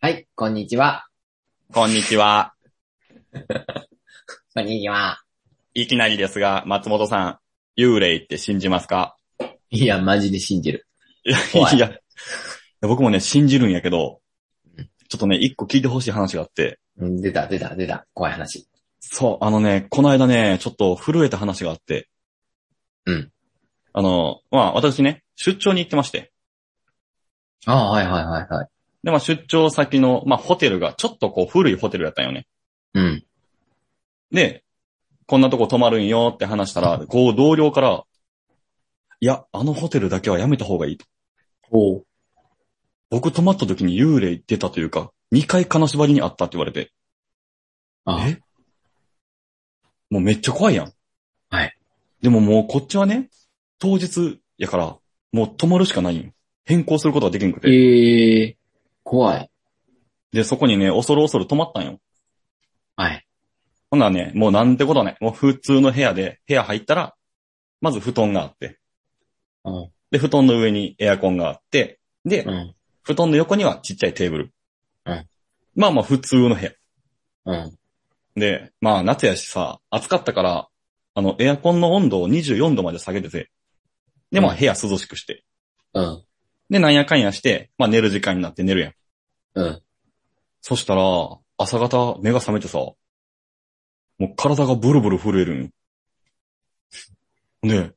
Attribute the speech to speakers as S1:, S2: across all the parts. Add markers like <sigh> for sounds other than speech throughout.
S1: はい、こんにちは。
S2: こんにちは。
S1: こんにちは。
S2: いきなりですが、松本さん、幽霊って信じますか
S1: いや、マジで信じる。
S2: いや
S1: 怖い
S2: いや、僕もね、信じるんやけど、ちょっとね、一個聞いてほしい話があって、
S1: うん出た、出た、出た。怖い話。
S2: そう、あのね、この間ね、ちょっと震えた話があって、
S1: うん。
S2: あの、まあ、私ね、出張に行ってまして、
S1: ああ、はいはいはいはい。
S2: で、まあ、出張先の、まあ、ホテルが、ちょっとこう、古いホテルだったんよね。
S1: うん。
S2: で、こんなとこ泊まるんよって話し
S1: <laughs>
S2: たら、こう、同僚から、いや、あのホテルだけはやめた方がいいと。
S1: おう。
S2: 僕泊まった時に幽霊出たというか、2回金縛りにあったって言われて、
S1: あ
S2: えもうめっちゃ怖いやん。
S1: はい。
S2: でももうこっちはね、当日やから、もう泊まるしかないんよ。変更することができんくて。
S1: ええ怖い。
S2: で、そこにね、恐る恐る泊まったんよ。
S1: はい。
S2: ほんならね、もうなんてことない。もう普通の部屋で、部屋入ったら、まず布団があって。
S1: うん。
S2: で、布団の上にエアコンがあって、で、
S1: うん。
S2: 布団の横にはちっちゃいテーブル。
S1: うん。
S2: まあまあ普通の部屋。
S1: うん。
S2: で、まあ夏やしさ、暑かったから、あの、エアコンの温度を24度まで下げてて、で、まあ
S1: うん
S2: 部屋涼しくして。
S1: うん。
S2: で、なんやかんやして、まあ寝る時間になって寝るやん。
S1: うん。
S2: そしたら、朝方目が覚めてさ、もう体がブルブル震えるんよ。で、
S1: うん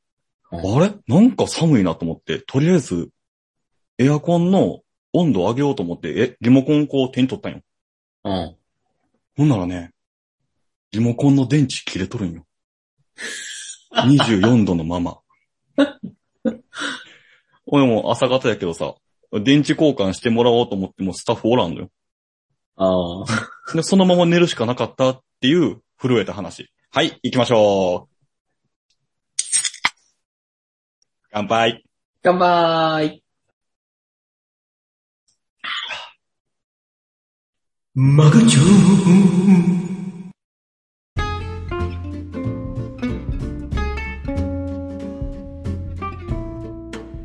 S2: あれなんか寒いなと思って、とりあえず、エアコンの温度上げようと思って、え、リモコンこう手に取ったんよ。
S1: うん。
S2: ほんならね、リモコンの電池切れとるん <laughs> よ。24度のまま。俺もう朝方やけどさ、電池交換してもらおうと思ってもスタッフおらんのよ。
S1: ああ。
S2: で、そのまま寝るしかなかったっていう震えた話。はい、行きましょう。乾杯。
S1: 乾杯マグチョ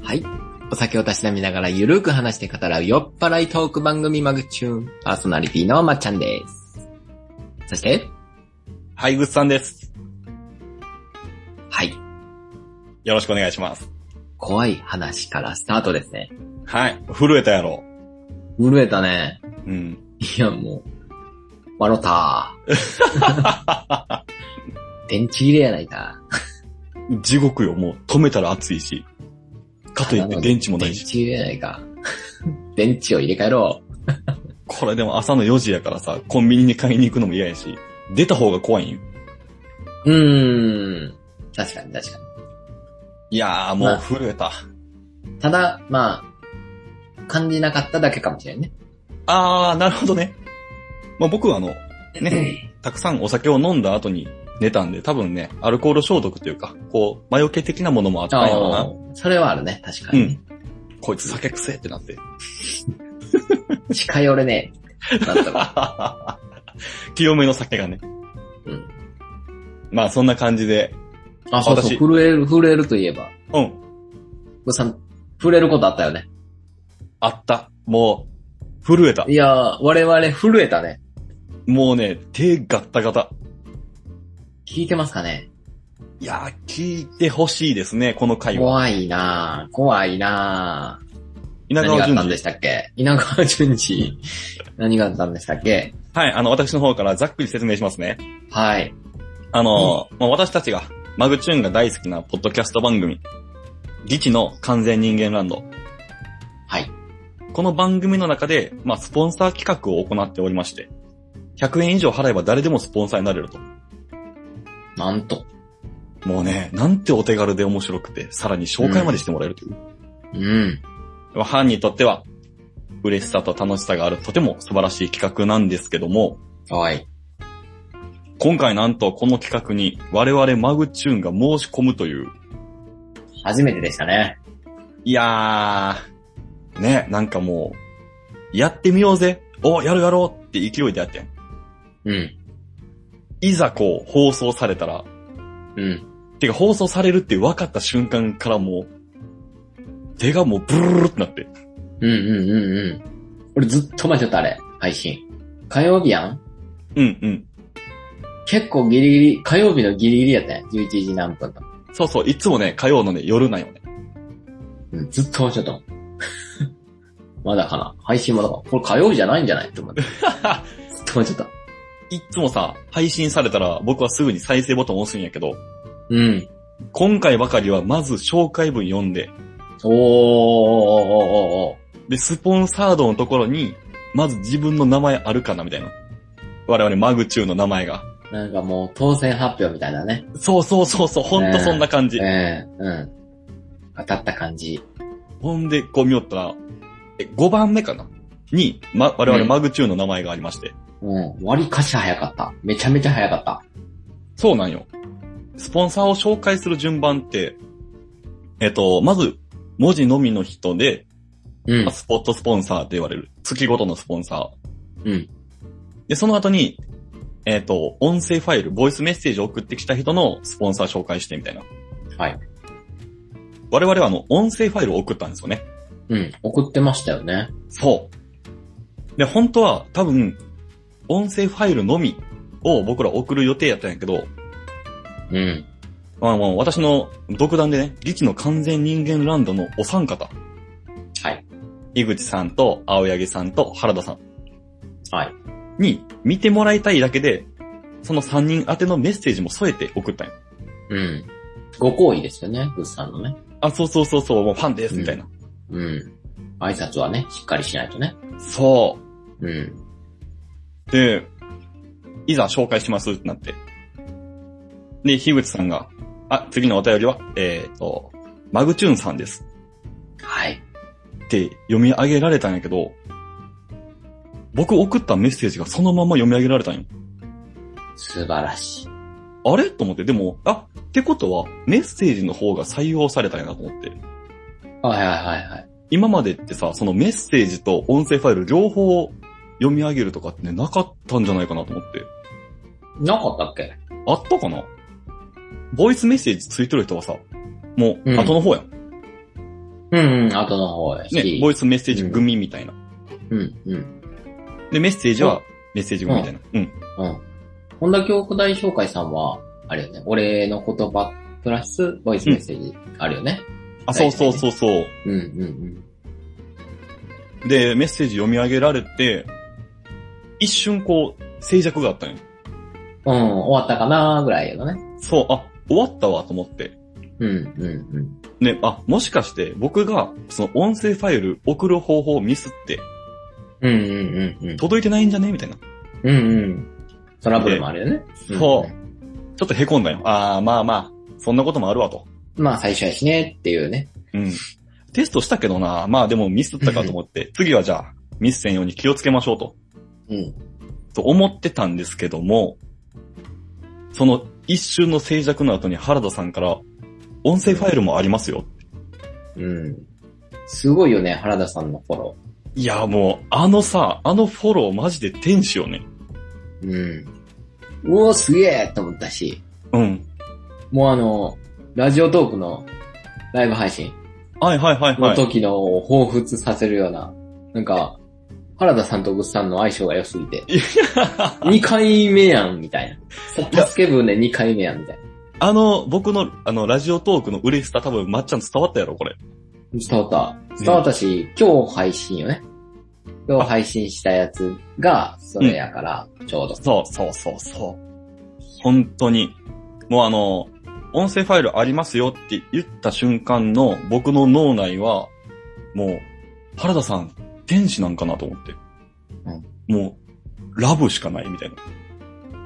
S1: はい。お酒をたしなみながらゆるく話して語らう酔っ払いトーク番組マグチューン。パーソナリティのまっちゃんです。そして、
S2: はい、ぐっさんです。
S1: はい。
S2: よろしくお願いします。
S1: 怖い話からスタートですね。
S2: はい、震えたやろ。
S1: 震えたね。
S2: うん。
S1: いや、もう、笑
S2: <laughs>
S1: った。電池切れやないか。
S2: 地獄よ、もう止めたら暑いし。かといって電池もな
S1: 電
S2: いし
S1: 池。入れないか。 <laughs> 電池を入れ替えろ。
S2: これでも朝の4時やからさ、コンビニに買いに行くのも嫌やし、出た方が怖いんよ。
S1: うーん。確かに確か
S2: いや
S1: ま
S2: ー、も
S1: あ
S2: う震えた。
S1: に。ただ、まあ、感じなかっただけかもしれんね。
S2: あー、なるほどね。まあ僕はあの、 <clears throat> ね、たくさんお酒を飲んだ後に寝たんで、多分ね、アルコール消毒というか、こう、魔除け的なものもあったんやろう
S1: あ
S2: な。
S1: あ、それはあるね、確か
S2: う
S1: に。
S2: ん。こいつ酒くせえってなって。 <laughs>
S1: 近寄れねえ。なんと
S2: <laughs>
S1: か。
S2: 清めの酒がね。
S1: うん。
S2: まあそんな感じで、
S1: あ、そうそう、
S2: 私
S1: 震える、震えるといえば。
S2: うん、
S1: ごさん、震えることあったよね。
S2: あった。もう、震えた
S1: い。やー、我々震えたね。
S2: もうね、手ガッタガタ。
S1: 聞いてますかね
S2: いやー、聞いてほしいですね、この回は。
S1: 怖いなぁ、怖いなぁ。
S2: 稲
S1: 何があっ
S2: 川淳
S1: たんで
S2: 二
S1: し。たっけ稲川淳二。何があったんでしたっけ
S2: はい、あの、私の方からざっくり説明しますね。
S1: はい。
S2: あの、まあ、私たちが、マグチューンが大好きなポッドキャスト番組、ギチの完全人間ランド。
S1: はい。
S2: この番組の中で、まあ、スポンサー企画を行っておりまして、100円以上払えば誰でもスポンサーになれると。
S1: なんと。
S2: もうね、なんてお手軽で面白くて、さらに紹介までしてもらえるという。
S1: うん。
S2: まあファンにとっては、嬉しさと楽しさがある、とても素晴らしい企画なんですけども、
S1: はい。
S2: 今回なんとこの企画に我々マグチューンが申し込むという。
S1: 初めてでしたね。
S2: いやー、ね、なんかもう、やってみようぜお、やろうやろうって勢いでやってん。
S1: うん。
S2: いざこう放送されたら、
S1: うん。
S2: てか放送されるって分かった瞬間からもう、手がもうブルルルってなって。
S1: うんうんうんうん。俺ずっと待ってたあれ。配信。火曜日やん
S2: うんうん。
S1: 結構ギリギリ、火曜日のギリギリやったやん。11時何分とか。
S2: そうそう、いつもね、火曜のね、夜なんよね。
S1: うん、ずっと終わっちゃったもん。 <laughs> まだかな配信もだから。これ火曜日じゃないんじゃないって
S2: <laughs>
S1: 思って。ずっと終わっちゃった。
S2: いつもさ、配信されたら僕はすぐに再生ボタンを押すんやけど、
S1: うん。
S2: 今回ばかりはまず紹介文読んで、
S1: おーおーおーおーおー
S2: で、スポンサードのところに、まず自分の名前あるかなみたいな。我々マグチューの名前が。
S1: なんかもう当選発表みたいなね。
S2: そうそうそうそう、ほんとそんな感じ。
S1: ええうん。当たった感じ。
S2: ほんで、こう見よったら、え、5番目かなに、ま、我々マグチューの名前がありまして。
S1: うん。割かし早かった。めちゃめちゃ早かった。
S2: そうなんよ。スポンサーを紹介する順番って、えっと、まず、文字のみの人で、
S1: うん
S2: まあ。スポットスポンサーって言われる。月ごとのスポンサー。
S1: うん。
S2: で、その後に、えっ、と、音声ファイル、ボイスメッセージを送ってきた人のスポンサー紹介してみたいな。
S1: はい。
S2: 我々はあの、音声ファイルを送ったんですよね。
S1: うん。送ってましたよね。
S2: そう。で、本当は多分、音声ファイルのみを僕ら送る予定やったんやけど、
S1: うん。
S2: まあまあ、私の独断でね、劇の完全人間ランドのお三方。
S1: はい。
S2: 井口さんと青柳さんと原田さん。
S1: はい。
S2: に、見てもらいたいだけで、その三人宛てのメッセージも添えて送ったんよ。
S1: うん。ご好意ですよね、グッさんのね。
S2: あ、そうそうそうそう、もうファンです、
S1: うん
S2: みたいな。
S1: うん。挨拶はね、しっかりしないとね。
S2: そ
S1: うん。
S2: う。で、いざ紹介しますってなって。で、樋口さんが、あ、次のお便りは、えっ、と、マグチューンさんです。
S1: はい。
S2: って読み上げられたんやけど、僕送ったメッセージがそのまま読み上げられたんよ。
S1: 素晴らしい。
S2: あれと思って、でも、あ、ってことは、メッセージの方が採用されたんやなと思って。
S1: はいはいはいはい。
S2: 今までってさ、そのメッセージと音声ファイル両方読み上げるとかってね、なかったんじゃないかなと思って。
S1: なかったっけ
S2: あったかなボイスメッセージついてる人はさ、も
S1: う
S2: う、
S1: ん
S2: 後の方やん。
S1: うんうん、後の方やし。
S2: ね、ボイスメッセージ組みたいな。
S1: うんうん。
S2: で、メッセージは、メッセージ組みたいな。うん。
S1: うん。本田教区大紹介さんは、あれよね、俺の言葉プラスボイスメッセージあるよね。
S2: あ、そうそうそうそう。
S1: うんうんうん。
S2: で、メッセージ読み上げられて、一瞬こう、静寂があったんよ。
S1: うん、終わったかなーぐらいのね。
S2: そう、あ、終わったわと思って。
S1: うんうんうん。
S2: ね、あ、もしかして僕がその音声ファイル送る方法をミスって
S1: うんうんうんうん。
S2: 届いてないんじゃねみたいな。ち
S1: うんうん。トラブルもあるよね。
S2: で
S1: ん
S2: そょっと凹んだよ。あー、まあまあ、そんなこともあるわと。
S1: まあ最初やしねっていうね。
S2: うん。テストしたけどな、まあでもミスったかと思って、次はじゃあ、ミスせんように気をつけましょうと。
S1: うん。
S2: と思ってたんですけども、その一瞬の静寂の後に原田さんから、音声ファイルもありますよ。
S1: うん。すごいよね、原田さんのフォロ
S2: いや、もう、あのさ、あのフォローマジで天使よね。
S1: ー。うん。うおーすげえと思ったし、
S2: うん。
S1: もうあの、ラジオトークのライブ配信
S2: はいはいはい
S1: の
S2: はい。
S1: 時のを彷彿させるような、なんか、原田さんとグッさんの相性が良すぎ
S2: <laughs>
S1: て、2回目やん、みたいな。助け分で2回目やん、みたいな。
S2: あの、僕の、あの、ラジオトークの嬉しさ多分、まっちゃん伝わったやろ、これ。
S1: 伝わった。伝わったし、今日配信よね。今日配信したやつが、それやから、ちょうど。
S2: そうそうそうそう。本当に。もうあの、音声ファイルありますよって言った瞬間の僕の脳内は、もう、原田さん、天使なんかなと思って。
S1: うん
S2: もう、ラブしかないみたいな。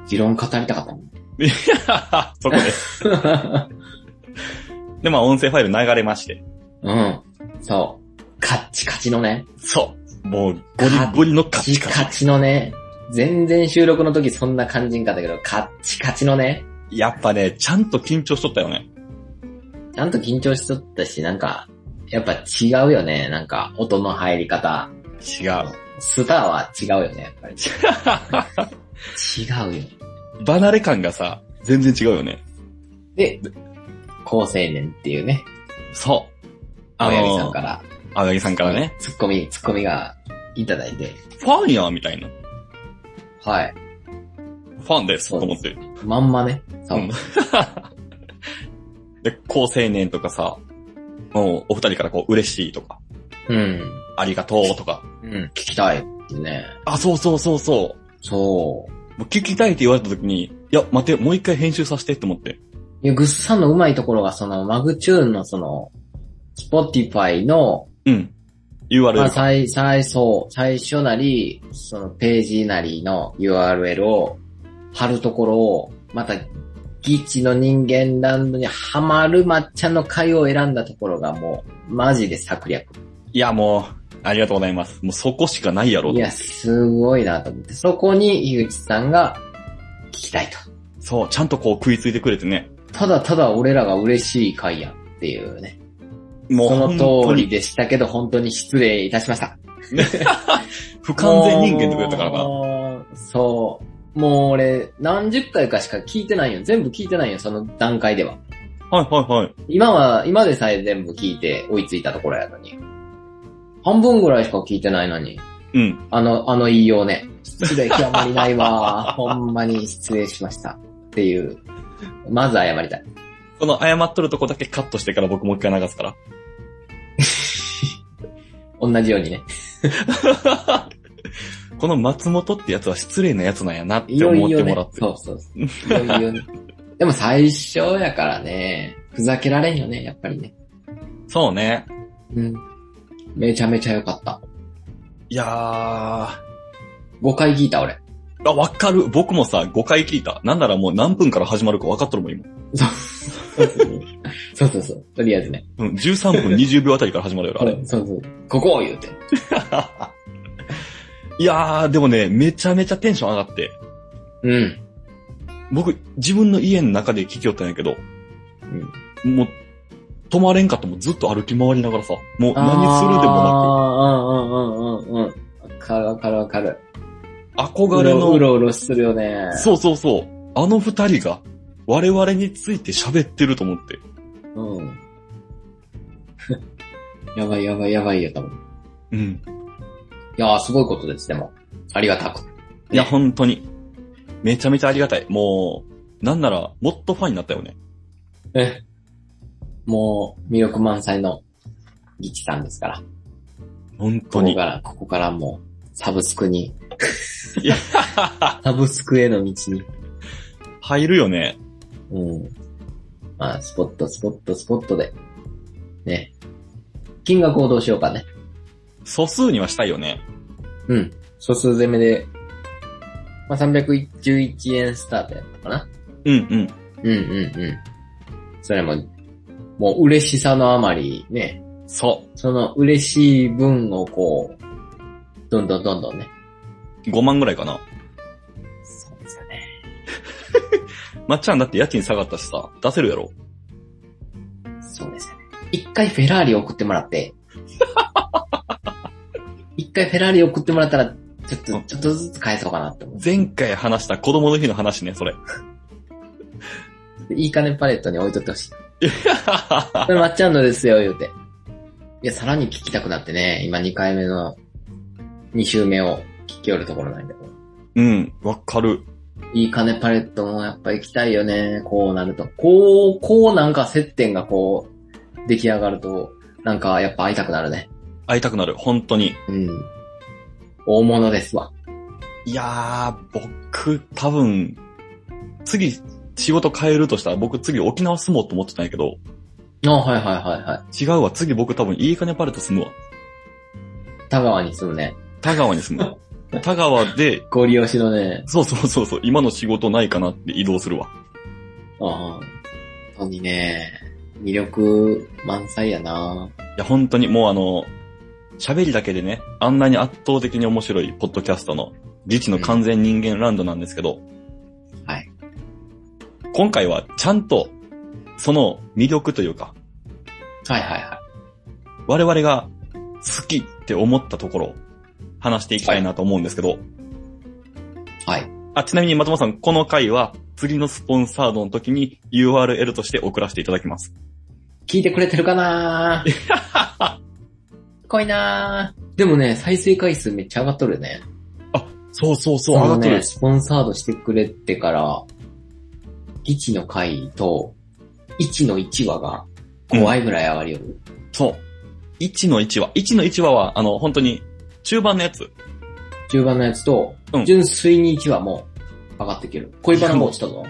S1: 議論語りたかったもん。
S2: <laughs> そこで。で、まあ音声ファイル流れまして。
S1: <laughs> うん。そう。カッチカチのね。
S2: そう。もう、ゴリゴリのカチカチ。
S1: カチのね。全然収録の時そんな感じんかったけど、カッチカチのね。
S2: やっぱね、ちゃんと緊張しとったよね。
S1: ちゃんと緊張しとったし、なんか、やっぱ違うよね。なんか、音の入り方。
S2: 違う。
S1: スターは違うよね、やっぱり。違うよ。
S2: <laughs> 離れ感がさ、全然違うよね。
S1: で、高青年っていうね、
S2: そう。。
S1: 青柳さんからら、
S2: 青柳さんからね。
S1: ツッコミ、ツッコミがいただいて、
S2: ファンやみたいな。
S1: はい。
S2: ファンです、と思って。
S1: まんまね、多
S2: うん
S1: 分。
S2: で、高青年とかさ、もうお二人からこう、嬉しいとか、
S1: うん。
S2: ありがとうとか。
S1: うん、聞きたいってね。
S2: あ、そうそうそうそう。
S1: そう。
S2: もう聞きたいって言われた時に、いや、待て、もう一回編集させてって思って。
S1: いや、ぐっさんの上手いところが、その、マグチューンのその、スポティファイの、
S2: うん。
S1: ま
S2: URL
S1: あ、
S2: か。
S1: 最、最、そう、最初なり、その、ページなりの URL を貼るところを、また、ギチの人間ランドにハマる抹茶の会を選んだところがもう、マジで策略。
S2: いや、もう、ありがとうございます。もうそこしかないやろ
S1: い
S2: と。
S1: や、すごいなと思って、そこに井口さんが聞きたいと。
S2: そう、ちゃんとこう食いついてくれてね。
S1: ただただ俺らが嬉しい回やっていうね。
S2: もう、
S1: その
S2: 本当
S1: 通り
S2: に
S1: でしたけど、本当に失礼いたしました。
S2: 不完全人間ってくれたからな。
S1: もうそう。もう俺、何十回かしか聞いてないよ。全部聞いてないよ、その段階では。
S2: はいはいはい。
S1: 今は、今でさえ全部聞いて追いついたところやのに。半分ぐらいしか聞いてないのに。
S2: うん。
S1: あの、あの言いようね。失礼極まりない
S2: <laughs>
S1: わ。ほんまに失礼しました。っていう。まず謝りたい。
S2: その謝っとるとこだけカットしてから僕もう一回流すから。
S1: 同じようにね。
S2: この松本ってやつは失礼なやつなんやなっ
S1: い
S2: て
S1: よ
S2: 思っ
S1: い
S2: て
S1: よね
S2: もらって。
S1: そうそうそう。いよいよね。でも最初やからね、ふざけられんよね、やっぱりね。
S2: そうね。
S1: うん。めちゃめちゃ良かった。
S2: いやー。あ、
S1: 5回聞いた俺。
S2: わかる。僕もさ、5回聞いた。なんならもう何分から始まるか分かっとるもん、今。
S1: そうそうそう。そうそうそう。とりあえずね。
S2: うん、13分20秒あたりから始まるよ、あれ。
S1: <laughs> そうそう。ここを言うて。
S2: いやー、でもね、めちゃめちゃテンション上がって。
S1: うん。
S2: 僕、自分の家の中で聞きよったんやけど、もう、止まれんかともうずっと歩き回りながらさ、もう何するでも
S1: もなく。うんうんうんうんうん。わかるわかるわかる。
S2: なく、憧れ
S1: う
S2: の、
S1: ろうろするよね。
S2: そうそうそう、あの二人が、我々について喋ってると思って。
S1: うん。 <laughs> やばいやばいやばいよ、多分。
S2: うん。
S1: いやー、すごいことです、でも。ありがたく。
S2: いや、本当に。めちゃめちゃありがたい。もう、なんなら、もっとファンになったよね。
S1: え。もう、魅力満載の、ギチさんですから。
S2: 本当
S1: ここ
S2: に。
S1: から、ここからもう、サブスクに、
S2: いや、
S1: サブスクへの道に。
S2: <laughs> 入るよね。
S1: うん。まあ、スポット、スポット、スポットで。ね。金額をどうしようかね。
S2: 素数にはしたいよね。
S1: うん。素数攻めで、まあ、311円スタートやったかな。
S2: うんうん。
S1: うんうんうん。それも、もう嬉しさのあまりね、
S2: そ
S1: その嬉しい分をこう、どんどんどんどんね。
S2: う。5万ぐらいかな。
S1: そうですよね。
S2: まっちゃんだって家賃下がったしさ、出せるやろ。
S1: そうですよね。一回フェラーリ送ってもらって、一回フェラーリ送ってもらったら、ちょっと、ちょっとずつ返そうかなって思う。
S2: 前回話した子供の日の話ね、それ。 <laughs>
S1: いい金パレットに置いとってほしい。これまっちゃんのですよ、言うて。いや、さらに聞きたくなってね、今2回目の、2週目を聞きおるところなんだけど。
S2: うん、わかる。
S1: いい金パレットもやっぱ行きたいよね。こうなると。こう、こうなんか接点がこう、出来上がると、なんかやっぱ会いたくなるね。
S2: 会いたくなる、本当に。
S1: うん。大物ですわ。
S2: いやー、僕、多分、次、仕事変えるとしたら、僕次沖縄住もうと思ってたんやけど、
S1: あはいはいはいは
S2: 違うわ、次僕多分いい金パレット住むわ。
S1: い。田川に住むね。
S2: 田川に住む。田川で、
S1: ご利用しのね。
S2: そうそうそうそう、今の仕事ないかなって移動するわ。
S1: ああ。本当にね、魅力満載やない
S2: や、本当にもうあの、喋りだけでね、あんなに圧倒的に面白いポッドキャストの、自治の完全人間ランドなんですけど、
S1: はい。
S2: 今回はちゃんと、その魅力というか、
S1: はいはいは
S2: 我々が好きって思ったところ、話していきたいなと思うんですけど、
S1: い。はい。
S2: あ、ちなみに松本さん、この回は、次のスポンサードの時に URL として送らせていただきます。 <laughs>
S1: 聞いてくれてるかな濃いなでもね、再生回数めっちゃ上がっとるね。
S2: そうそうそう、
S1: あ
S2: 上が
S1: の
S2: ってる
S1: ね、。スポンサードしてくれてから、1の回と、1の1話が5倍ぐらい上がりよる。
S2: そう。1の1話。1の1話は、あの、本当に、中盤のやつ。
S1: 中盤のやつと
S2: うん、
S1: 純粋に1話も上がっていける。恋バナも落ちたぞ。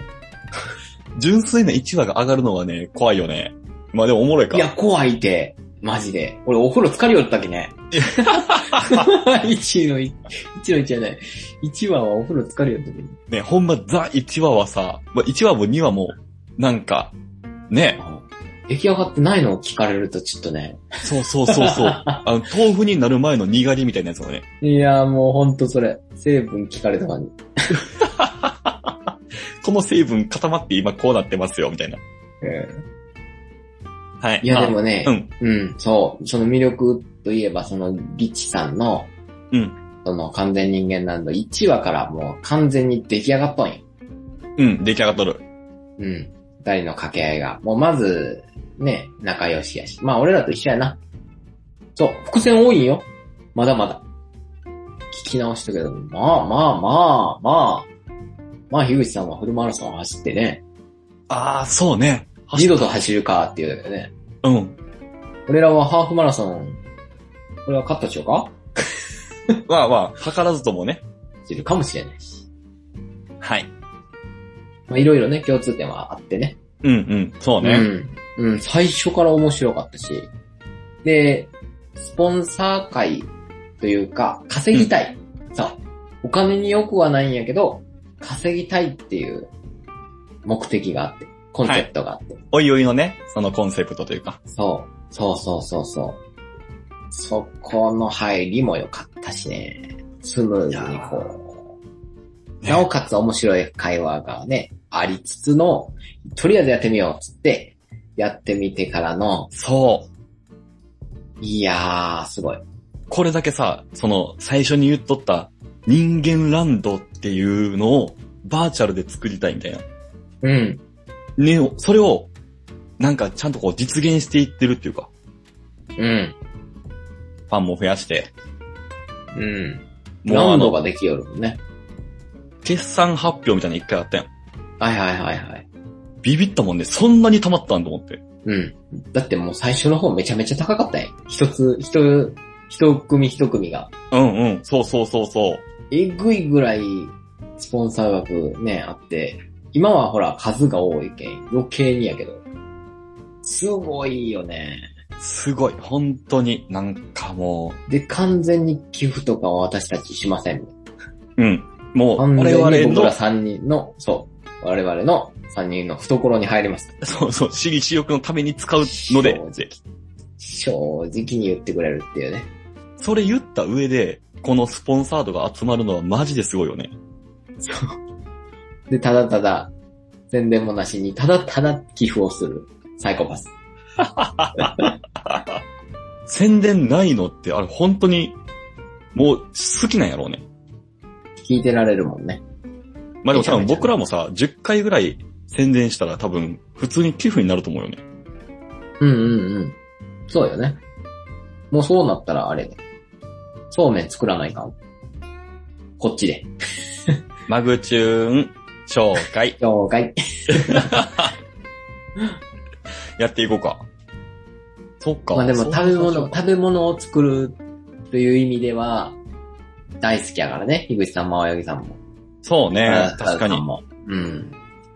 S2: 純粋な1話が上がるのはね、怖いよね。まあでもおもろいか。
S1: いや、怖いて、マジで。俺お風呂疲れよったっけね。1の1、1の1じゃない。1話はお風呂疲れよったっけね。
S2: ね、ほんまザ1話はさ、まあ、1話も2話も、なんか、ね、
S1: 出来上がってないのを聞かれるとちょっとね。
S2: そうそうそうそう。あの、豆腐になる前のにがりみたいなやつだね。
S1: いや、もうほんとそれ。成分聞かれた感じ。
S2: この成分固まって今こうなってますよ、みたいな。
S1: うん
S2: はい。
S1: いや、
S2: まあ
S1: でもね、
S2: うん。
S1: うん、そう。その魅力といえば、その、リチさんの、
S2: うん。
S1: その、完全人間ランド1話からもう完全に出来上がっとんよ。
S2: うん、出来上がっとる。
S1: うん。二人の掛け合いが。もうまず、ね、仲良しやし。まあ俺らと一緒やな。そう、伏線多いんよ。まだまだ。聞き直したけど、まあまあまあまあ。まあ、樋口さんはフルマラソン走ってね、
S2: ああ、そうね。
S1: 二度と走るかっていうだけどね。
S2: うん。
S1: 俺らはハーフマラソン、これは勝ったでしょうか
S2: まあまあ、図らずともね。
S1: 走るかもしれないし。
S2: はい。
S1: まあいろいろね、共通点はあってね。
S2: うんうん、そうね。
S1: うん。うん、最初から面白かったし。で、スポンサー会というか、稼ぎたい。そう。お金によくはないんやけど、稼ぎたいっていう目的があって、コンセプトがあって。
S2: おいおいのね、そのコンセプトというか。
S1: そう。そうそうそうそう。そこの入りも良かったしね。スムーズにこう。
S2: いやー
S1: なおかつ面白い会話がね、ありつつの、とりあえずやってみようっつって、やってみてからの、
S2: そう。
S1: いやー、すごい。
S2: これだけさ、その、最初に言っとった、人間ランドっていうのを、バーチャルで作りたいみたいな。
S1: うん。
S2: ね、それを、なんかちゃんとこう実現していってるっていうか、
S1: うん。
S2: ファンも増やして、
S1: うん。
S2: もうあ
S1: 何度
S2: の、
S1: ができよるもんね。
S2: 決算発表みたいなの一回あったやん。
S1: はいはいはいはい。
S2: ビビったもんね、そんなに溜まったんと思って。
S1: うん。だってもう最初の方めちゃめちゃ高かったよ。一つ、一、一組一組が。
S2: うんうん、そうそうそうそう。
S1: えぐいぐらい、スポンサー額ね、あって、今はほら数が多いけん、余計にやけど。すごいよね。
S2: すごい、本当に、なんかも
S1: で、完全に寄付とかは私たちしません。
S2: う、うん。もう、
S1: 完
S2: 我々
S1: 全に僕ら
S2: の、
S1: 3人の、そう、我々の3人の懐に入ります。
S2: そうそう、私利私欲のために使うので
S1: 正、直
S2: で
S1: 正直に言ってくれるっていうね。
S2: それ言った上で、このスポンサードが集まるのはマジですごいよね。
S1: で、ただただ、宣伝もなしに、ただただ寄付をする、サイコパス。
S2: 宣伝ないのって、あれ本当に、もう好きなんやろうね。
S1: 聞いてられるもんね。
S2: まあでも
S1: めち
S2: 多分
S1: ゃめちゃ
S2: 僕らもさ、10回ぐらい宣伝したら多分普通に寄付になると思うよね。
S1: うんうんうん。そうよね。もうそうなったらあれで。そうめん作らないかん。こっちで。
S2: マグチューン紹介
S1: 了解。
S2: <laughs> やっていこうか。そっか。
S1: まあでも
S2: そう
S1: 食べ
S2: そう
S1: 物、
S2: か
S1: 食べ物を作るという意味では、大好きやからね。樋口さんも青柳さんも。
S2: そうね
S1: う。ん
S2: 確か
S1: 田中さん
S2: に。
S1: もうん。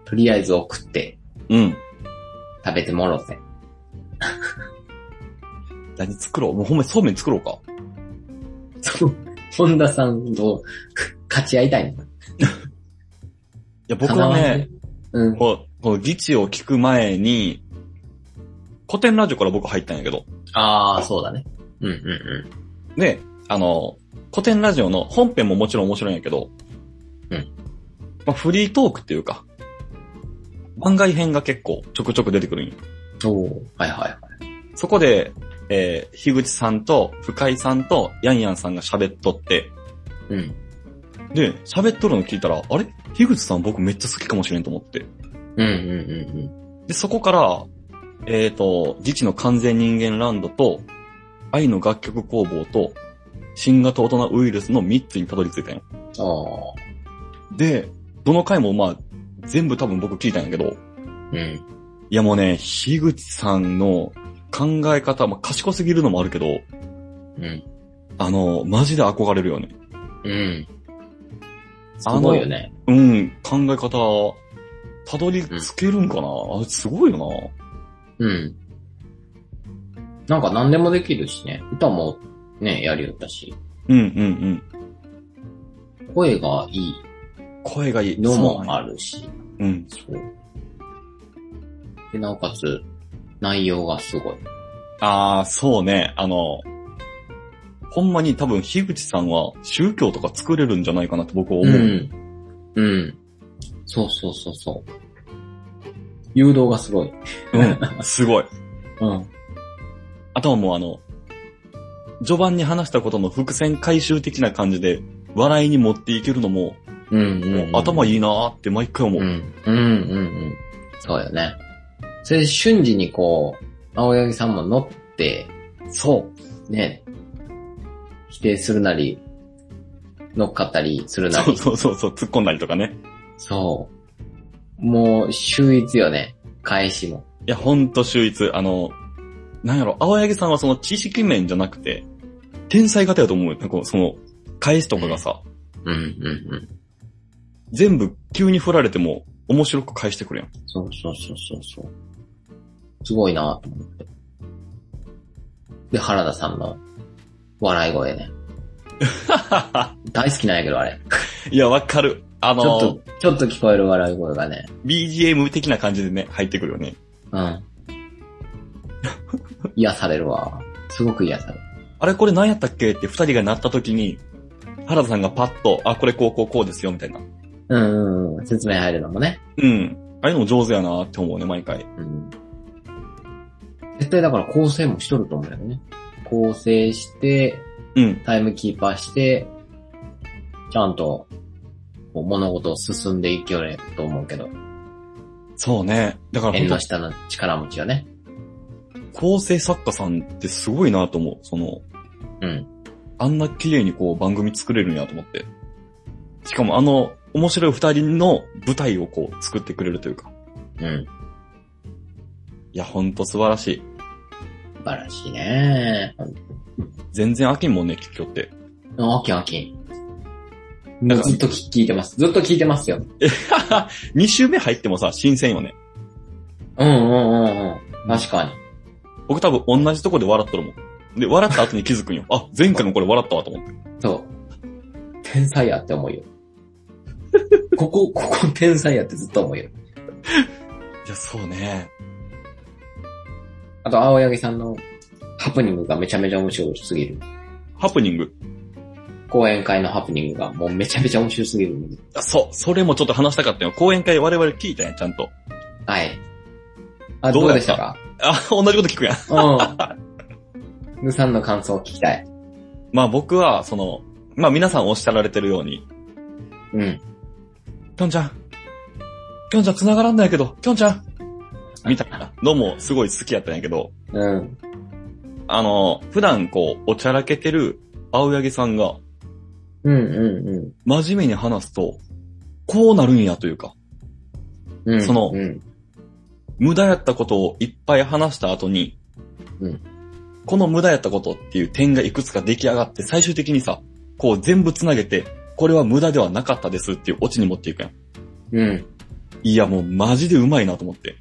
S1: とりあえず送って、
S2: うん。
S1: 食べてもろて。
S2: 何作ろうもうほんまにそうめん作ろうか。
S1: そう。 <laughs> 本田さんと勝ち合いたいの。
S2: いや、僕は
S1: 叶わん
S2: ね
S1: ね、うん。
S2: こう、この議地を聞く前に、古典ラジオから僕入ったんやけど、
S1: ああ、そうだね。うんうんうん。
S2: で、あの、古典ラジオの本編ももちろん面白いんやけど、
S1: うん。
S2: まあ、フリートークっていうか、番外編が結構ちょくちょく出てくるんよ。
S1: おーはいはいはい。
S2: そこで、えー、樋口さんと深井さんとヤンヤンさんが喋っとって、
S1: うん。
S2: で、喋っとるの聞いたら、あれ樋口さん僕めっちゃ好きかもしれんと思って。
S1: うんうんうんうん。
S2: で、そこから、えっ、と、自治の完全人間ランドと、愛の楽曲工房と、新型大人ウイルスの3つにたどり着いたんよ。
S1: ああ。
S2: で、どの回もまあ、全部多分僕聞いたんやけど、
S1: うん。
S2: いやもうね、樋口さんの考え方、まあ、賢すぎるのもあるけど、
S1: うん。
S2: あの、マジで憧れるよね。
S1: うん。す
S2: あの
S1: ごいよね。
S2: うん、考え方、たどり着けるんかな、あれすごいよ
S1: うん。なんか何でもできるしね。歌もね、やりよったし。
S2: な。うんうんうん。
S1: 声がいい
S2: 声がいい。
S1: のもあ
S2: る。
S1: るし。
S2: うん。
S1: そう。で、なおかつ、内容がすごい。
S2: ああ、そうね。あの、ほんまに多分、樋口さんは宗教とか作れるんじゃないかなって僕は思う。
S1: ん。うん。そうそうそうそう。誘導がすごい。
S2: うん、すごい。
S1: うん。
S2: あとはもうあの、序盤に話したことの伏線回収的な感じで、笑いに持っていけるのも、
S1: うん、うんうん。
S2: もう頭
S1: い。
S2: いいなーって毎回思う。
S1: うん。うん、うん、うん。そうよね。それで瞬時にこう、青柳さんも乗って、
S2: そう。
S1: ね、否定するなり、乗っかったりするなり。
S2: そうそうそうそう、突っ込んだりとかね。
S1: そうもう、秀逸よね。返しも。
S2: いや、ほんと秀逸。あの、なんやろ、青柳さんはその知識面じゃなくて、天才型やと思うよ。なんかその、返しとかがさ、
S1: うん、うん、うん。
S2: 全部急に振られても面白く返してくるやん。
S1: そうそうそうそうそう。すごいなと思って。で、原田さんの笑い声ね。 <laughs> 大好きなんやけど、あれ。
S2: いや、わかる。あ
S1: ちょっと
S2: の、、
S1: ちょっと聞こえる笑い声がね。
S2: BGM 的な感じでね、入ってくるよね。
S1: うん。 <laughs> 癒されるわ。すごく癒される。
S2: あれこれ何やったっけって二人がなった時に、原田さんがパッと、あ、これこうこうこうですよ、みたいな。
S1: うんうんうん。説明入るのもね。
S2: うん。あれも上手やなって思うね、毎回。
S1: うん。絶対だから構成もしとると思うよね。構成して、
S2: うん。
S1: タイムキーパーして、ちゃんと、こう物事を進んでいけよねと思うけど、
S2: そうね。だから
S1: 縁
S2: 本
S1: の下の力持ちよね。
S2: 当構成作家さんってすごいなと思う。その、
S1: うん。
S2: あんな綺麗にこう番組作れるんやと思って。しかもあの、面白い二人の舞台をこう作ってくれるというか。
S1: うん。
S2: いや、ほんと素晴らしい。
S1: 素晴らしいね。
S2: 全然飽きんもんね、結局って。 <laughs>
S1: あきあき。
S2: なんか
S1: ずっと聞聞いてます。ずっと聞いてますよ。
S2: 二週目入ってもさ、新鮮よね。
S1: うんうんうんうん。確かに。
S2: 僕多分同じとこで笑っとるもん。で、笑った後に気づくんよ。あ、前回もこれ笑ったわと思って。
S1: そう。天才やって思う <laughs> よ。ここ、ここ天才やってずっと思うよ。
S2: いや、そうね。
S1: あと、青柳さんのハプニングがめちゃめちゃ面白すぎる。
S2: ハプニング。
S1: 講演会のハプニングがもうめちゃめちゃ面白すぎるんで。
S2: あそう、それもちょっと話したかったよ。講演会我々聞いたやん、ちゃんと。
S1: はい。あ、
S2: ど
S1: どう
S2: うや
S1: で
S2: っ
S1: したたか
S2: あ、同じこと聞くやん。
S1: うん。 <laughs> ムさんの感想を聞きたい。
S2: まあ僕は、その、まあ皆さんおっしゃられてるように、
S1: うん。
S2: きょんちゃん、きょんちゃん繋がらんないけど、きょんちゃん、みたいなのもすごい好きやったんやけど、
S1: うん。
S2: あの、普段こう、おちゃらけてる青柳さんが、
S1: うんうん
S2: 真面目に話すと、こうなるんやというか、
S1: うん。うん、
S2: その
S1: うん。
S2: 無駄やったことをいっぱい話した後に、
S1: うん
S2: この無駄やったことっていう点がいくつか出来上がって、最終的にさ、こう全部つなげて、これは無駄ではなかったですっていうオチに持っていくやん。
S1: うん。
S2: いや、もうマジでうまいなと思って。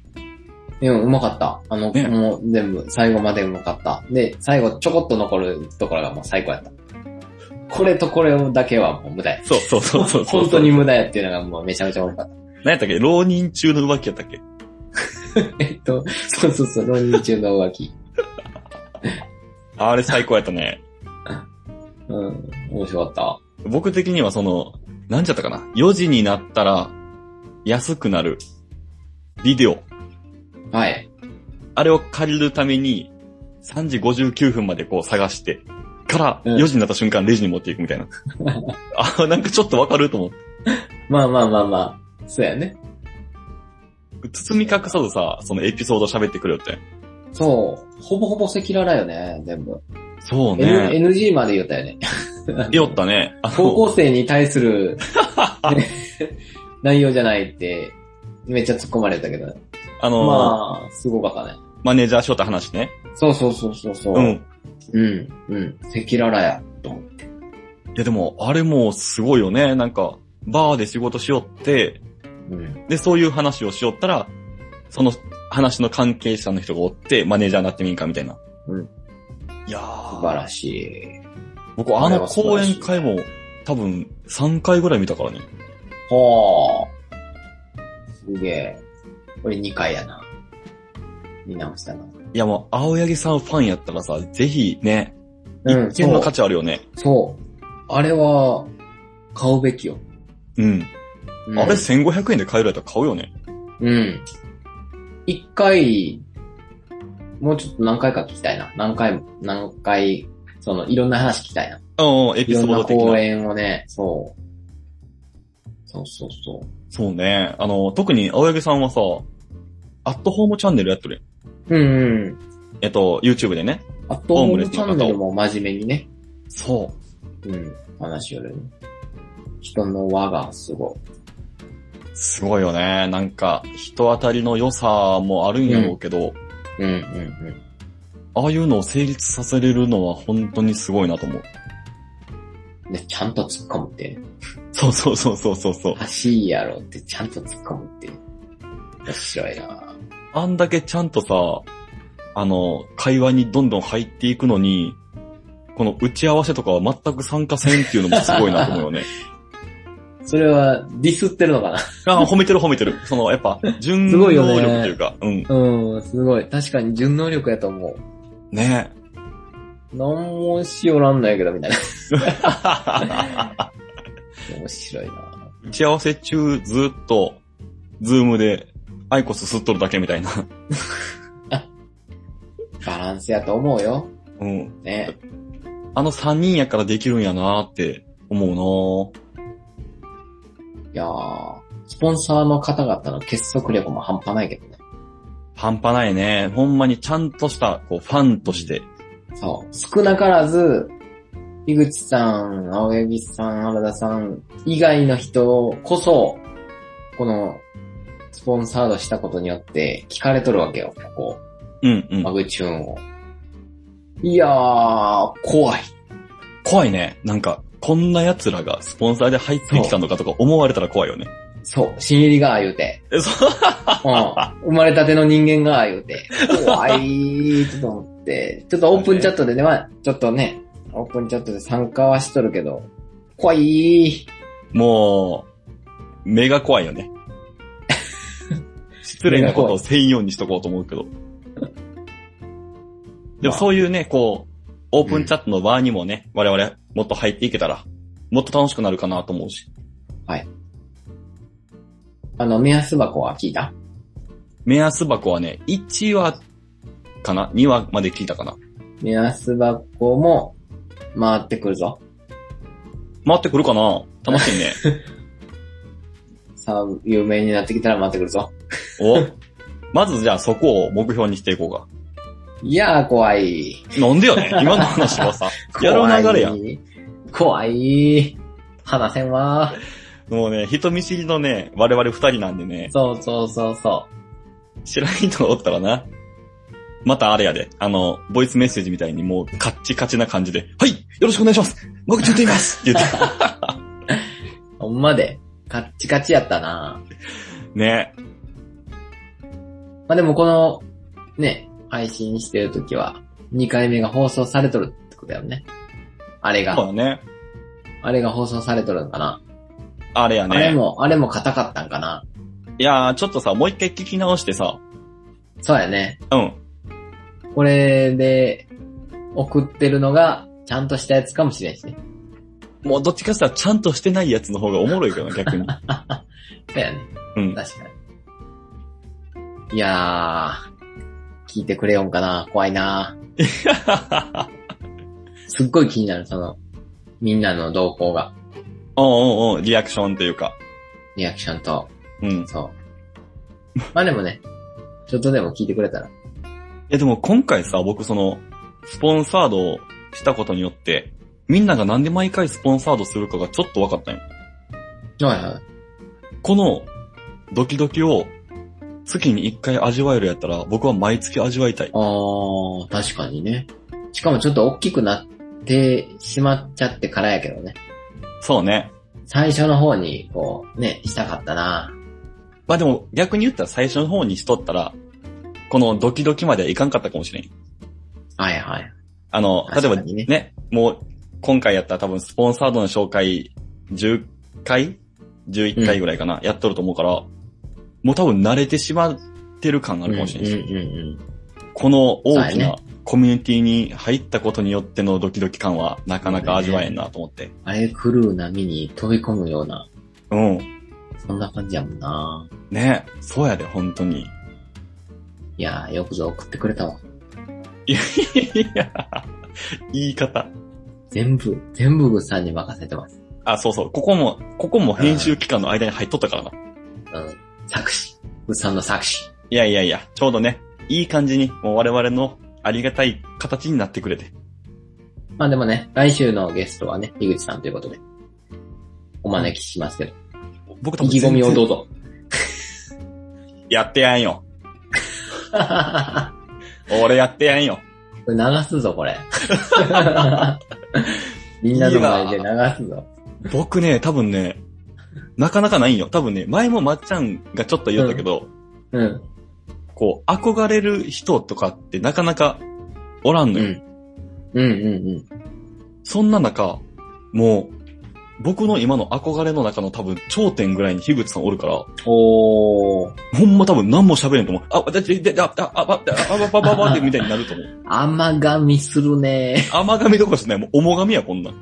S1: でもうまかった。あの、
S2: ね
S1: もう全部、最後までうまかった。で、最後ちょこっと残るところがもう最高やった。これとこれだけはもう無駄や。
S2: そうそうそうそうそう。
S1: 本当に。無駄やっていうのがもうめちゃめちゃ面白かった。 <laughs>
S2: 何やったっけ浪人中の浮気やったっけ
S1: えっと、そうそうそう、浪人中の浮気。
S2: あれ最高やったね。
S1: うん、面白かった。
S2: 僕的にはその、なんちゃったかな ?4 時になったら、安くなる。ビデオ。
S1: はい。
S2: あれを借りるために、3時59分までこう探して、から、
S1: うん
S2: 4時になった瞬間レジに持っていくみた
S1: <laughs>
S2: いな。あ、なんかちょっとわかると思って。
S1: まあまあまあまあ、そうやね。
S2: 包み隠さずさ、そのエピソード喋ってくれよって。
S1: そう。ほぼほぼ赤裸々よね、全部。
S2: そうね。
S1: N NG まで言ったよね。
S2: 酔ったね。あの
S1: 高校生に対す
S2: <laughs>
S1: るね内容じゃないって、めっちゃ突っ込まれたけど、ね、
S2: あの、
S1: まあ、すごかったね。
S2: マネージャーしよった話ね。
S1: そうそうそうそうそう。
S2: うん。
S1: うん、うん。赤裸々や。
S2: いやでも、あれもすごいよね。なんか、バーで仕事しよって、
S1: うん。
S2: で、そういう話をしよったら、その話の関係者の人がおって、マネージャーになってみんかみたいな。
S1: うん。
S2: いや
S1: 素晴
S2: ー、
S1: らしい。
S2: 僕あの講演会も多分3回ぐらい見たからね。
S1: はあ。すげえ。俺2回やな。見直したな。
S2: いやもう、青柳さんファンやったらさ、ぜひね、
S1: うん、
S2: 見の
S1: そ
S2: 価
S1: う。
S2: 値あるよね。
S1: そう。あれは、買うべきよ。
S2: うん。
S1: うん、
S2: あれ1500円で買えるやったら買うよね。
S1: うん。一回、もうちょっと何回か聞きたいな。何回も、何回、その、いろんな話聞きたいな。
S2: うん、エ
S1: い
S2: ピソ
S1: ろ
S2: ー
S1: んな
S2: ド的
S1: 講
S2: な。
S1: 演をね、そう。そうそうそ
S2: そうね。あの、特に青柳さんはさ、アットホームチャンネルやっとるや
S1: う。う
S2: ん。
S1: んうん。
S2: えっと、YouTube でね。
S1: あと、ホームチャンネルも真面目にね、
S2: そう。
S1: うん、話をね。人の輪がすごい。
S2: すごいよね。なんか、人当たりの良さもあるんやろうけど、
S1: うんうん
S2: ああいうのを成立させれるのは本当にすごいなと思う。
S1: うん。で、ちゃんと突っ込むって。
S2: そうそうそうそうそうそう。
S1: 欲しいやろってちゃんと突っ込むって。面白いな
S2: あんだけちゃんとさ、あの、会話にどんどん入っていくのに、この打ち合わせとかは全く参加せんっていうのもすごいなと思う
S1: <laughs>
S2: よね。
S1: それは、ディスってるのかな
S2: ああ、褒めてる褒めてる。その、やっぱ、順
S1: す
S2: 応
S1: ごいよ
S2: 力
S1: ね
S2: というか、うん。
S1: うん、すごい。確かに順能力やと思う。
S2: ね
S1: なんもしよらんないけど、みたいな。面白いな
S2: 打ち合わせ中ずっと、ズームで、アイコス吸っとるだけみたいな。
S1: バランスやと思うよ。
S2: うん。
S1: ね。
S2: あの三人やからできるんやなーって思うない
S1: やースポンサーの方々の結束力も半端ないけどね。
S2: ー半端ないね。ほんまにちゃんとした、こう、ファンとして。
S1: そう。少なからず、井口さん、青柳さん、原田さん以外の人こそ、この、スポンサードしたことによって聞かれとるわけよ、こ
S2: うんう
S1: こ、マ
S2: ん。
S1: グチューンを。いやー、怖い。
S2: 怖いね。なんか、こんな奴らがスポンサーで入ってきたのかとか思われたら怖いよね。
S1: そう、新入りが言うて。
S2: え、そ
S1: う
S2: う、
S1: ん。生まれたての人間が言うて。怖い、ちょっと思って。ちょっとオープンチャットでね、まあ、ちょっとね、オープンチャットで参加はしとるけど、怖い。
S2: もう、目が怖いよ <laughs> ね。失礼なことを専用にしとこうと思うけど。でもそういうね、こう、オープンチャットの場にもね、我々もっと入っていけたら、もっと楽しくなるかなと思うし。
S1: あの、目安箱は聞いた
S2: 目安箱はね、1話かな ?2 話まで聞いたかな
S1: 目安箱も回ってくるぞ。
S2: 回ってくるかな楽し
S1: <laughs>
S2: いね。
S1: さあ、有名になってきたら回ってくるぞ。
S2: おまずじゃあそこを目標にしていこう
S1: いやー、怖い。
S2: か。なんで
S1: <laughs>
S2: よね今の話はさ、やる流れやん。
S1: 怖い。怖い。話せんわー。
S2: もうね、人見知りのね、我々二人なんでね、
S1: そうそうそうそ
S2: 知らん人がおったらな、またあれやで、あの、ボイスメッセージみたいにもうカッチカチな感じで、はいよろしくお願いします僕ちゃんと言いますって言って。
S1: <laughs> う。ほんまで、カッチカチやったな
S2: ね、
S1: まあでもこの、ね、配信してる時は、2回目が放送されとるってことやよね。あれ
S2: そう
S1: が、
S2: だね。
S1: あれが放送されとるんかな。
S2: あれや
S1: あれ
S2: ね。
S1: も、あれも硬かったんかな。
S2: いやー、ちょっとさ、もう一回聞き直してさ、
S1: そうやね。
S2: うん、
S1: これで送ってるのが、ちゃんとしたやつかもしれんしね。 <laughs>
S2: もうどっちかしたらちゃんとしてないやつの方がおもろいけどな、逆に。
S1: そうやね。
S2: うん。
S1: 確かに。いやー、聞いてくれよんかな。怖い <laughs> なすっごい気になる、その、みんなの動向が。
S2: おうんうんうん、リアクションというか。
S1: リアクションと、
S2: うん。い
S1: そう。まあでもね、ちょっとでも聞いてくれたら。
S2: やでも今回さ、僕その、スポンサードをしたことによって、みんながなんで毎回スポンサードするかがちょっと分かったんよ。
S1: はいはい。
S2: このドキドキを月に一回味わえるやったら、僕は毎月味わいたい。
S1: ああ、確かにね。しかもちょっと大きくなってしまっちゃってからやけどね。
S2: そうね。
S1: 最初の方に、こう、ね、したかったな。
S2: まあでも逆に言ったら最初の方にしとったら、このドキドキまではいかんかったかもしれん。
S1: はいはい。
S2: あの、例え
S1: 確
S2: ば
S1: かにね
S2: ね、もう今回やったら多分スポンサードの紹介10回 ?11 回ぐらいかな、やっとると思うから、もう多分慣れてしまってる感があるかもしれないです、
S1: うんうんうん
S2: この大
S1: そ
S2: き
S1: うやね
S2: なコミュニティに入ったことによってのドキドキ感はなかなか味わえんなと思って。
S1: あれ狂う波に飛び込むような、
S2: うん。
S1: そんな感じやもんな。
S2: ねそうやで、本当に。
S1: いやー、よくぞ送ってくれたわ。
S2: いや、 <laughs> 言い方。
S1: 全部、全部グさんに任せてます。
S2: あ、そうそう。ここも、ここも編集期間の間に入っとったからな。
S1: うん。作詞。グさんの作詞。
S2: いやいやいや、ちょうどね、いい感じに、もう我々のありがたい形になってくれて。
S1: まあでもね、来週のゲストはね、井口さんということで、お招きしますけど、
S2: 僕と
S1: 意気込みをどう
S2: ぞ。
S1: ぞ。
S2: やってやんよ。
S1: こ
S2: 俺やってやんよ。
S1: れ流す <laughs> ぞ、こ
S2: <laughs>
S1: れ。みんなの前で流すぞ。
S2: 僕ね、多分ね、なかなかないんよ。多分ね、前もまっちゃんがちょっと言ったけど、
S1: うん。
S2: こう、憧れる人とかってなかなかおらん
S1: う
S2: のよ。
S1: ん。うんうんうん。
S2: そんな中、もう、僕の今の憧れの中の多分頂点ぐらいに樋口さんおるから、
S1: おー。
S2: ほんま多分何も喋れんと思う。あ、私、で、あ、あ、あ、あ、あ、あ、あ、あ、あ、みたいになると思う。
S1: 甘噛みするね
S2: 甘噛みどころですね。もう、重噛みや、こん
S1: <laughs>
S2: なん。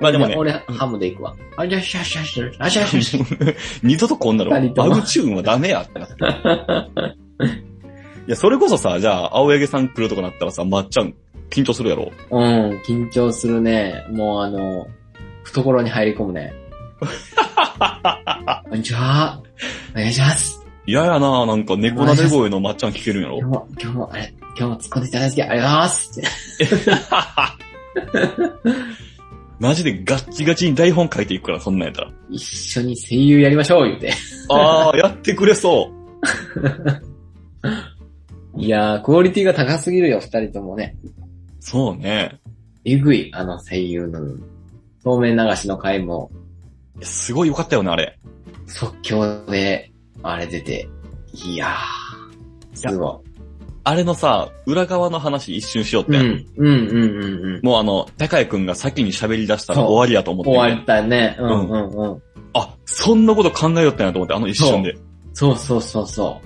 S2: まあでもね、
S1: 俺、ハムで行くわ。あ、じゃあ、シャシャシャ、あ、シャシャシャ。
S2: 二度とこんなの、バ
S1: 二人とも
S2: グチューンはダメやってなって。
S1: <laughs>
S2: いや、それこそさ、じゃあ、青柳さん来るとかなったらさ、まっちゃん、緊張するやろ。
S1: うん、緊張するね。もうあの、懐に入り込む <laughs> ね。じゃあ、お願いします。
S2: 嫌やななんか、猫なで声のまっちゃん聞けるんやろ
S1: 今。日も、今日も、あれ、今日も突っ込んでいただいてありがとうございます。
S2: マジでガッチガチに台本書いていくから、そんなん
S1: <laughs>
S2: やったら。
S1: 一緒に声優やりましょう、言うて。
S2: あー、やってくれそう。
S1: いやー、クオリティが高すぎるよ、二人ともね。
S2: そうね。
S1: えぐい、あの声優の、透明流しの回も、
S2: すごい良かったよね、あれ。
S1: 即興で、あれ出て、いやー、すご
S2: あれのさ、裏側の話一瞬しようっ
S1: い。
S2: て。
S1: うん、うん、うん、うん、うん。
S2: もうあの、高井くんが先に喋り出したら
S1: そう
S2: 終わりやと思って、
S1: 終わりたいね。うん、
S2: うん
S1: うん、うん。
S2: あ、そんなこと考えよったんやと思って、あの一瞬で。
S1: そうそうそうそ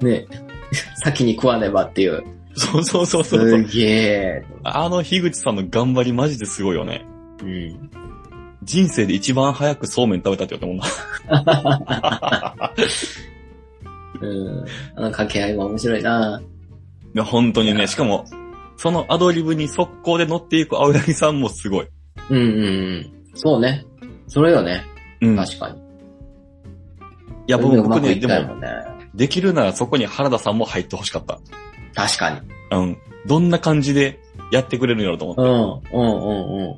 S1: う。ね、 <laughs> 先に食わねばっていう。
S2: そうそうそうそうそう
S1: すげえ。
S2: あの、樋口さんの頑張りマジですごいよね。
S1: うん。
S2: 人生で一番早くそうめん食べたって言ったもんな。
S1: うん。あの掛け合いも面白いな。
S2: いや、本当に
S1: いや
S2: ね。しかも、そのアドリブに速攻で乗っていく青柳さんもすごい。
S1: うん、うん、うん。そうね。それよね。
S2: うん。い
S1: 確かに。
S2: や、
S1: それで
S2: 僕
S1: うま
S2: 僕
S1: くい
S2: ね、
S1: っ
S2: で
S1: た
S2: も、
S1: よね。
S2: できるならそこに原田さんも入ってほしかった。
S1: 確かに。
S2: うん。どんな感じでやってくれるんやろうと思って。
S1: うん、うん、うん、うん。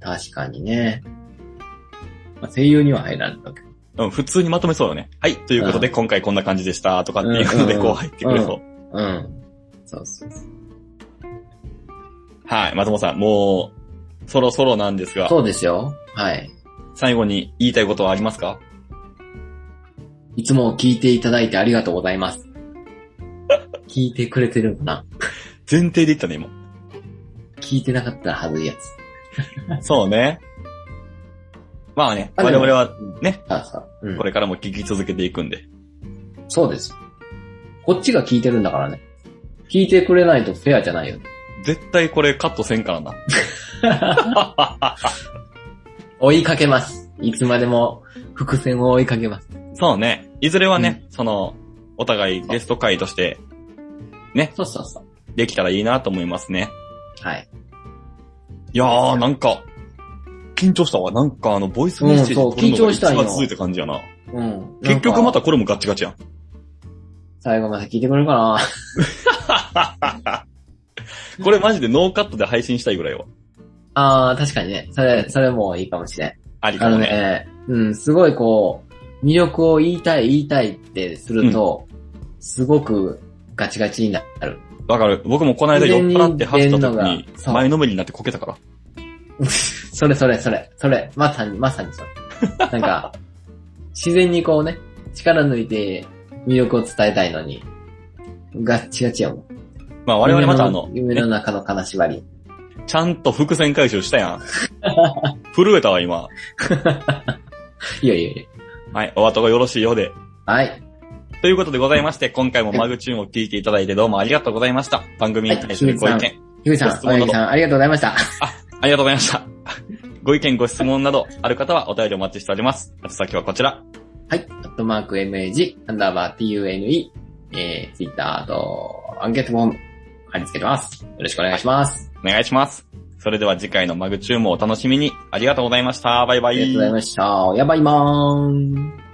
S1: 確かにね。まあ、声優には入らんだけど。
S2: うん、普通にまとめそうよね。はい、ということで、今回こんな感じでした、とかっていうことで、
S1: うん
S2: こう入ってくれそう。
S1: うん。そうそうそう。
S2: はい、松本さん、もう、そろそろなんですが、
S1: そうですよ。はい。
S2: 最後に言いたいことはありますか
S1: いつも聞いていただいてありがとうござい
S2: <laughs>
S1: ます。聞いてくれてるのかな
S2: 前提で言ったね、今。
S1: 聞いてなかったらはずいやつ。
S2: そうね。まあね、
S1: あ
S2: 我
S1: でも
S2: 々はね、
S1: さあさあ、うん
S2: これからも聞き続けていくんで。
S1: そうです。こっちが聞いてるんだからね。聞いてくれないとフェアじゃないよ。
S2: 絶対これカットせんからな。
S1: 追いかけます。いつまでも伏線を追いかけます。
S2: そうね。いずれはね、その、お互いゲスト会として
S1: そうそうそう。
S2: できたらいいなと思いますね。
S1: はい。
S2: いやー、なんか、緊張したわ。なんかあの、ボイスメッセージ
S1: うんそう
S2: 取るのが
S1: 緊張したんよ
S2: 一番続いた感じやな。
S1: うん。
S2: 結局ま
S1: なんか
S2: たこれもガチガチやん。
S1: 最後まで聞いてくれるかな
S2: これマジでノーカットで配信したいぐらいは。
S1: ああ、確かにね。それ、それもいいかもしれん。
S2: ありか
S1: あ
S2: も
S1: の
S2: ね。
S1: ね、うん、すごいこう、魅力を言いたい言いたいってすると、すごくガチガチになる。
S2: わかる。僕もこの間酔っ払って走った
S1: 全然出ん
S2: 時に
S1: のが、そう
S2: 前のめりになってこけたから。
S1: それそれそれ、それ、まさに、まさにそれ。
S2: <laughs>
S1: なんか、自然にこうね、力抜いて魅力を伝えたいのに、ガッチガチやもん。
S2: まあ我々またあの、
S1: 夢の夢の中の金縛り。 <laughs>
S2: ちゃんと伏線回収したやん。 <laughs> 震えたわ、今。
S1: いやいやいや。
S2: はい、お後がよろしいようで。
S1: はい。
S2: ということでございまして、今回もマグチューンを聞いていただいてどうもありがとうございました。番組に対するご意
S1: はい
S2: 見
S1: ひ、ひぐさん、
S2: ご質
S1: 青
S2: 問な
S1: 柳
S2: ど
S1: さん、ありがとうございました。
S2: ありがとうございました。 <laughs> ご意見、ご質問などある方はお便りお待ちしております。宛先はこちら。
S1: はい。アットマーク MAG、アンダーバー TUNE、えー、ツイッターと、アンケートフォーム、貼り付けてます。よろしくお願いします。
S2: お願いします。それでは次回のマグチューンもお楽しみに。ありがとうございました。バイバイ。
S1: ありがとうございました。やばいまーん。